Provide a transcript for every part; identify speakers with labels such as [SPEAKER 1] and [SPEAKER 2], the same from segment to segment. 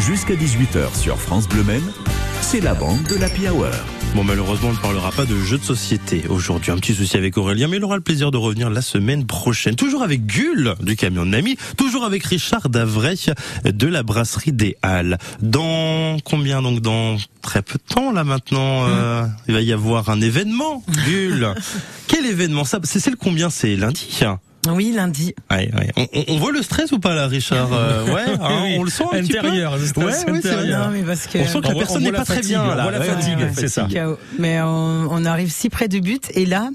[SPEAKER 1] jusqu'à 18h sur France Bleu Maine, c'est la banque de l'Happy Hour.
[SPEAKER 2] Bon, malheureusement, on ne parlera pas de jeux de société aujourd'hui. Un petit souci avec Aurélien, mais il aura le plaisir de revenir la semaine prochaine. Toujours avec Gull du camion de Nami, toujours avec Richard Davray de la brasserie des Halles. Dans combien donc dans très peu de temps là maintenant,
[SPEAKER 3] Hmm.
[SPEAKER 2] euh, il va y avoir un événement. Gull, quel événement ça C'est c'est le combien C'est lundi. hein
[SPEAKER 4] Oui, lundi.
[SPEAKER 2] Ouais, ouais. On, on- on voit le stress ou pas là, Richard Euh, Ouais, hein,
[SPEAKER 3] Oui,
[SPEAKER 2] on le sent un petit peu.
[SPEAKER 3] intérieur, le stress
[SPEAKER 2] Ouais, ouais, c'est
[SPEAKER 3] intérieur.
[SPEAKER 2] vrai.
[SPEAKER 4] Non, mais parce que.
[SPEAKER 2] On sent que
[SPEAKER 3] On
[SPEAKER 2] la
[SPEAKER 3] voit-
[SPEAKER 2] personne
[SPEAKER 3] on
[SPEAKER 2] n'est
[SPEAKER 3] voit
[SPEAKER 2] pas
[SPEAKER 3] la
[SPEAKER 2] très
[SPEAKER 3] fatigue,
[SPEAKER 2] bien
[SPEAKER 3] on
[SPEAKER 2] là.
[SPEAKER 3] voit la
[SPEAKER 2] Ouais,
[SPEAKER 3] fatigue,
[SPEAKER 2] ouais,
[SPEAKER 3] c'est ça.
[SPEAKER 4] c'est chaos. Mais on, on arrive si près du but et là,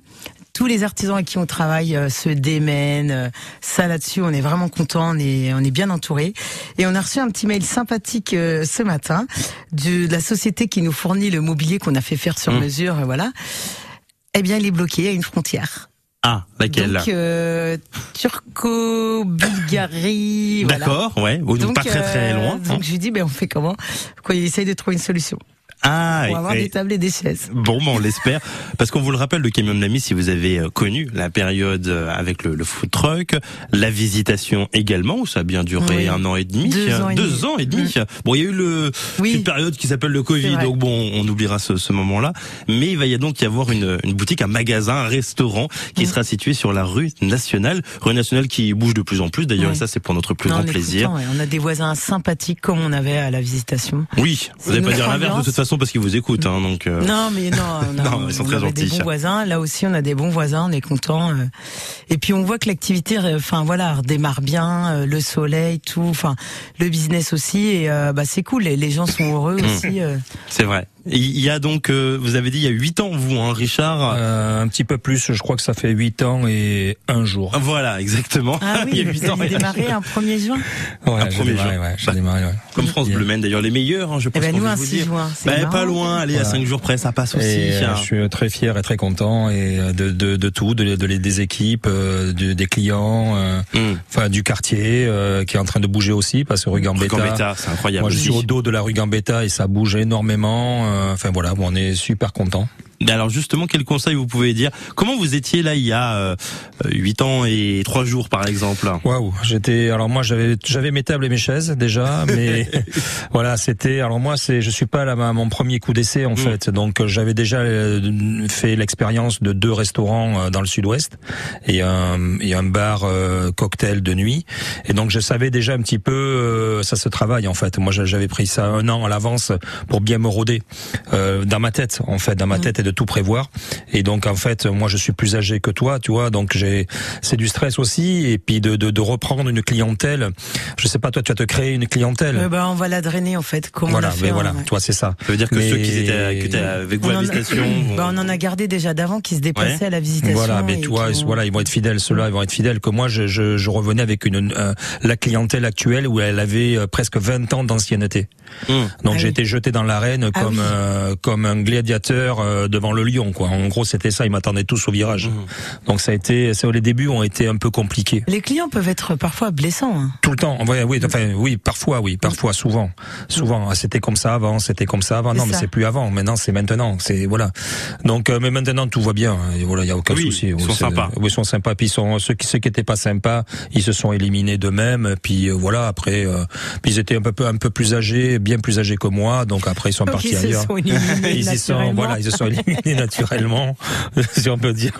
[SPEAKER 4] tous les artisans à qui on travaille euh, se démènent. Euh, Ça là-dessus, on est vraiment content, on est, on est bien entouré. Et on a reçu un petit mail sympathique euh, ce matin de, de la société qui nous fournit le mobilier qu'on a fait faire sur
[SPEAKER 2] Mmh.
[SPEAKER 4] mesure, euh, voilà. Eh bien, il est bloqué à une frontière.
[SPEAKER 2] Ah, laquelle
[SPEAKER 4] Donc, euh, Turco-Bulgarie, voilà.
[SPEAKER 2] D'accord, ouais, ou donc, pas très très
[SPEAKER 4] euh,
[SPEAKER 2] loin. hein.
[SPEAKER 4] Donc je lui dis, ben on fait comment Quoi, il essaye de trouver une solution
[SPEAKER 2] Ah,
[SPEAKER 4] pour
[SPEAKER 2] et-
[SPEAKER 4] avoir
[SPEAKER 2] et-
[SPEAKER 4] des tables et des chaises.
[SPEAKER 2] Bon, ben, on l'espère. Parce qu'on vous le rappelle, le camion de Nami, si vous avez euh, connu la période euh, avec le, le food truck, la visitation également, où ça a bien duré
[SPEAKER 4] Oui.
[SPEAKER 2] un an et demi.
[SPEAKER 4] Deux ans et demi. Mmh.
[SPEAKER 2] ans demi. Bon, il y a eu le,
[SPEAKER 4] Oui.
[SPEAKER 2] une période qui s'appelle le Covid,
[SPEAKER 4] vrai.
[SPEAKER 2] donc bon, on oubliera ce, ce moment-là. Mais il va y a donc y avoir une, une boutique, un magasin, un restaurant qui
[SPEAKER 4] Mm.
[SPEAKER 2] sera situé sur la rue Nationale. Rue Nationale qui bouge de plus en plus, d'ailleurs,
[SPEAKER 4] Ouais.
[SPEAKER 2] et ça, c'est pour notre plus
[SPEAKER 4] Non, on
[SPEAKER 2] grand
[SPEAKER 4] est
[SPEAKER 2] plaisir.
[SPEAKER 4] content, ouais. On a des voisins sympathiques comme on avait à la visitation.
[SPEAKER 2] Oui, vous
[SPEAKER 4] C'est
[SPEAKER 2] n'allez pas
[SPEAKER 4] une
[SPEAKER 2] dire l'inverse de
[SPEAKER 4] ambiance.
[SPEAKER 2] toute façon parce qu'ils vous écoutent, hein, donc... euh,
[SPEAKER 4] Non, mais non, on a,
[SPEAKER 2] Non, ils sont
[SPEAKER 4] on
[SPEAKER 2] très
[SPEAKER 4] avait des
[SPEAKER 2] gentils.
[SPEAKER 4] bons voisins. Là aussi, on a des bons voisins, on est content. euh. Et puis, on voit que l'activité, euh, enfin voilà, redémarre bien, euh, le soleil, tout, enfin le business aussi. Et euh, bah c'est cool. Et les gens sont heureux
[SPEAKER 2] Mmh.
[SPEAKER 4] aussi. euh.
[SPEAKER 2] C'est vrai. Il y a donc, euh, vous avez dit, il y a huit ans, vous, hein, Richard.
[SPEAKER 3] Euh, un petit peu plus, je crois que ça fait 8 ans et un jour.
[SPEAKER 2] Voilà, exactement.
[SPEAKER 4] Ah
[SPEAKER 2] il
[SPEAKER 4] oui,
[SPEAKER 2] y a
[SPEAKER 4] vous
[SPEAKER 2] huit ans.
[SPEAKER 4] avez démarré un 1er juin.
[SPEAKER 3] Ouais,
[SPEAKER 2] Un
[SPEAKER 3] j'ai
[SPEAKER 2] premier
[SPEAKER 3] démarré,
[SPEAKER 2] jour.
[SPEAKER 3] ouais, j'ai
[SPEAKER 2] Bah,
[SPEAKER 3] démarré, ouais.
[SPEAKER 2] Comme France
[SPEAKER 3] Bien.
[SPEAKER 2] Bleu Maine, d'ailleurs, les meilleurs, hein, je
[SPEAKER 4] Eh
[SPEAKER 2] pense.
[SPEAKER 4] ben
[SPEAKER 2] qu'on
[SPEAKER 4] nous
[SPEAKER 2] veut
[SPEAKER 4] un
[SPEAKER 2] vous
[SPEAKER 4] 6
[SPEAKER 2] dire.
[SPEAKER 4] juin. c'est
[SPEAKER 2] Bah, pas
[SPEAKER 4] marrant.
[SPEAKER 2] loin, allez, à
[SPEAKER 3] Voilà.
[SPEAKER 2] 5 jours près, ça passe aussi.
[SPEAKER 3] Et, euh,
[SPEAKER 2] hein.
[SPEAKER 3] je suis très fier et très content et euh, de, de, de tout, de, de- des équipes, euh, de- des clients, euh,
[SPEAKER 2] Hum.
[SPEAKER 3] enfin du quartier euh, qui est en train de bouger aussi parce que rue Gambetta.
[SPEAKER 2] Gambetta, c'est incroyable.
[SPEAKER 3] Moi, je suis au dos de la rue Gambetta et ça bouge énormément. euh, Enfin voilà, bon, on est super content.
[SPEAKER 2] Mais Alors justement, quel conseil vous pouvez dire Comment vous étiez là il y a euh, huit ans et trois jours, par exemple
[SPEAKER 3] Waouh, j'étais alors moi j'avais j'avais mes tables et mes chaises déjà, mais voilà c'était alors moi c'est je suis pas là ma- mon premier coup d'essai en fait, donc euh, j'avais déjà euh, fait l'expérience de deux restaurants euh, dans le Sud-Ouest et un et un bar euh, cocktail de nuit et donc je savais déjà un petit peu euh, ça se travaille en fait. Moi j'a- j'avais pris ça un an à l'avance pour bien me roder euh, dans ma tête en fait, dans ma tête et de tout prévoir et donc en fait moi je suis plus âgé que toi, tu vois, donc j'ai c'est du stress aussi et puis de, de, de reprendre une clientèle. Je sais pas, toi, tu vas te créer une clientèle.
[SPEAKER 4] Euh, bah, on va la drainer en fait. Comme
[SPEAKER 3] voilà,
[SPEAKER 2] ben
[SPEAKER 4] on a fait,
[SPEAKER 3] mais
[SPEAKER 4] hein,
[SPEAKER 3] voilà,
[SPEAKER 4] ouais.
[SPEAKER 3] toi, c'est ça.
[SPEAKER 2] Ça veut dire que
[SPEAKER 3] Mais-
[SPEAKER 2] ceux qui étaient, qui étaient avec vous
[SPEAKER 4] On
[SPEAKER 2] à
[SPEAKER 4] en
[SPEAKER 2] la
[SPEAKER 4] a-
[SPEAKER 2] visitation... vont-
[SPEAKER 4] Bah, on en a gardé déjà d'avant qui se dépassaient
[SPEAKER 2] Ouais.
[SPEAKER 4] à la visitation.
[SPEAKER 3] Voilà, mais
[SPEAKER 4] et
[SPEAKER 3] toi,
[SPEAKER 4] qui ont-
[SPEAKER 3] voilà, ils vont être fidèles. Ceux-là, ils vont être fidèles. Que moi, je, je, je revenais avec une euh, la clientèle actuelle où elle avait euh, presque 20 ans d'ancienneté.
[SPEAKER 2] Hum.
[SPEAKER 3] Donc
[SPEAKER 4] Ah
[SPEAKER 3] j'ai
[SPEAKER 4] oui.
[SPEAKER 3] été jeté dans l'arène
[SPEAKER 4] Ah
[SPEAKER 3] comme
[SPEAKER 4] oui.
[SPEAKER 3] euh, comme un gladiateur euh, devant le lion. Quoi. En gros, c'était ça. Ils m'attendaient tous au virage.
[SPEAKER 4] Mmh.
[SPEAKER 3] Donc ça a été, ça, les débuts ont été un peu compliqués.
[SPEAKER 4] Les clients peuvent être parfois blessants. hein.
[SPEAKER 3] Tout le temps. Oui, oui, enfin, oui, parfois,
[SPEAKER 4] Mm.
[SPEAKER 3] oui, parfois, souvent, souvent. Ah, C'était comme ça avant, c'était comme ça avant. Non,
[SPEAKER 4] C'est
[SPEAKER 3] mais
[SPEAKER 4] ça.
[SPEAKER 3] c'est plus avant. Maintenant, c'est maintenant. C'est voilà. Donc, euh, mais maintenant, tout va bien. Et voilà, il y a aucun
[SPEAKER 2] Oui,
[SPEAKER 3] souci.
[SPEAKER 2] ils
[SPEAKER 3] Oui,
[SPEAKER 2] sont
[SPEAKER 3] c'est- euh,
[SPEAKER 2] sympas.
[SPEAKER 3] Oui, ils sont sympas. Puis ils sont ceux qui ceux qui étaient pas sympas, ils se sont éliminés d'eux-mêmes. Puis euh, voilà. Après, euh, puis ils étaient un peu un peu plus âgés, bien plus âgés que moi. Donc après, ils sont
[SPEAKER 4] Donc,
[SPEAKER 3] partis
[SPEAKER 4] ils se
[SPEAKER 3] ailleurs.
[SPEAKER 4] sont éliminés
[SPEAKER 3] Ils y sont,
[SPEAKER 4] naturellement.
[SPEAKER 3] voilà, ils se sont éliminés naturellement, si on peut dire.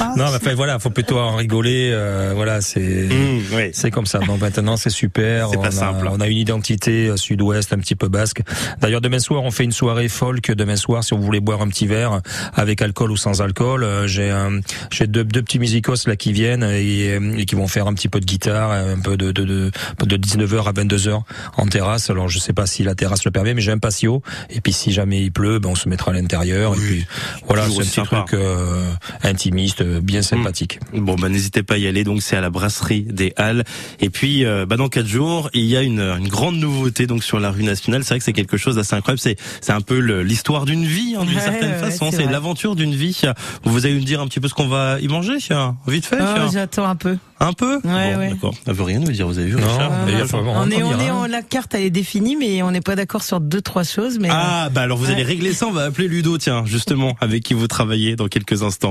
[SPEAKER 4] Ah,
[SPEAKER 3] Non, mais enfin voilà, faut plutôt en rigoler. euh, voilà, c'est.
[SPEAKER 2] Hum, oui.
[SPEAKER 3] C'est comme ça. Donc maintenant, c'est super.
[SPEAKER 2] C'est pas
[SPEAKER 3] on, a,
[SPEAKER 2] simple.
[SPEAKER 3] on a une identité euh, sud-ouest, un petit peu basque. D'ailleurs, demain soir, on fait une soirée folk. Demain soir, si vous voulez boire un petit verre euh, avec alcool ou sans alcool, euh, j'ai un- j'ai deux, deux petits musicos là qui viennent et, euh, et qui vont faire un petit peu de guitare, euh, un peu de de, de, de 19h à 22h en terrasse. Alors, je sais pas si la terrasse le permet, mais j'ai un patio. Et puis, si jamais il pleut, ben on se mettra à l'intérieur. Et puis, voilà, c'est
[SPEAKER 2] Toujours
[SPEAKER 3] un
[SPEAKER 2] aussi
[SPEAKER 3] petit
[SPEAKER 2] sympa. Mmh.
[SPEAKER 3] truc euh, intimiste, euh, bien sympathique.
[SPEAKER 2] Bon bah n'hésitez pas à y aller donc c'est à la brasserie des Halles et puis euh, bah dans quatre jours il y a une, une grande nouveauté donc sur la rue nationale c'est vrai que c'est quelque chose d'assez incroyable c'est c'est un peu le- l'histoire d'une vie hein, d'une
[SPEAKER 4] Ouais,
[SPEAKER 2] certaine
[SPEAKER 4] ouais,
[SPEAKER 2] façon
[SPEAKER 4] c'est
[SPEAKER 2] c'est
[SPEAKER 4] vrai.
[SPEAKER 2] l'aventure d'une vie vous allez me dire un petit peu ce qu'on va y manger hein, vite fait
[SPEAKER 4] Oh,
[SPEAKER 2] hein,
[SPEAKER 4] J'attends un peu.
[SPEAKER 2] un peu
[SPEAKER 4] ouais,
[SPEAKER 2] bon,
[SPEAKER 4] ouais.
[SPEAKER 2] d'accord elle veut rien nous dire vous avez vu
[SPEAKER 3] Non,
[SPEAKER 2] Richard
[SPEAKER 3] mais il y a pas- on
[SPEAKER 4] on est, on
[SPEAKER 3] ira.
[SPEAKER 4] est, en- la carte elle est définie, mais on n'est pas d'accord sur deux trois choses. Mais euh,
[SPEAKER 2] ah bah alors vous
[SPEAKER 4] Ouais.
[SPEAKER 2] allez régler ça on va appeler Ludo tiens justement avec qui vous travaillez dans quelques instants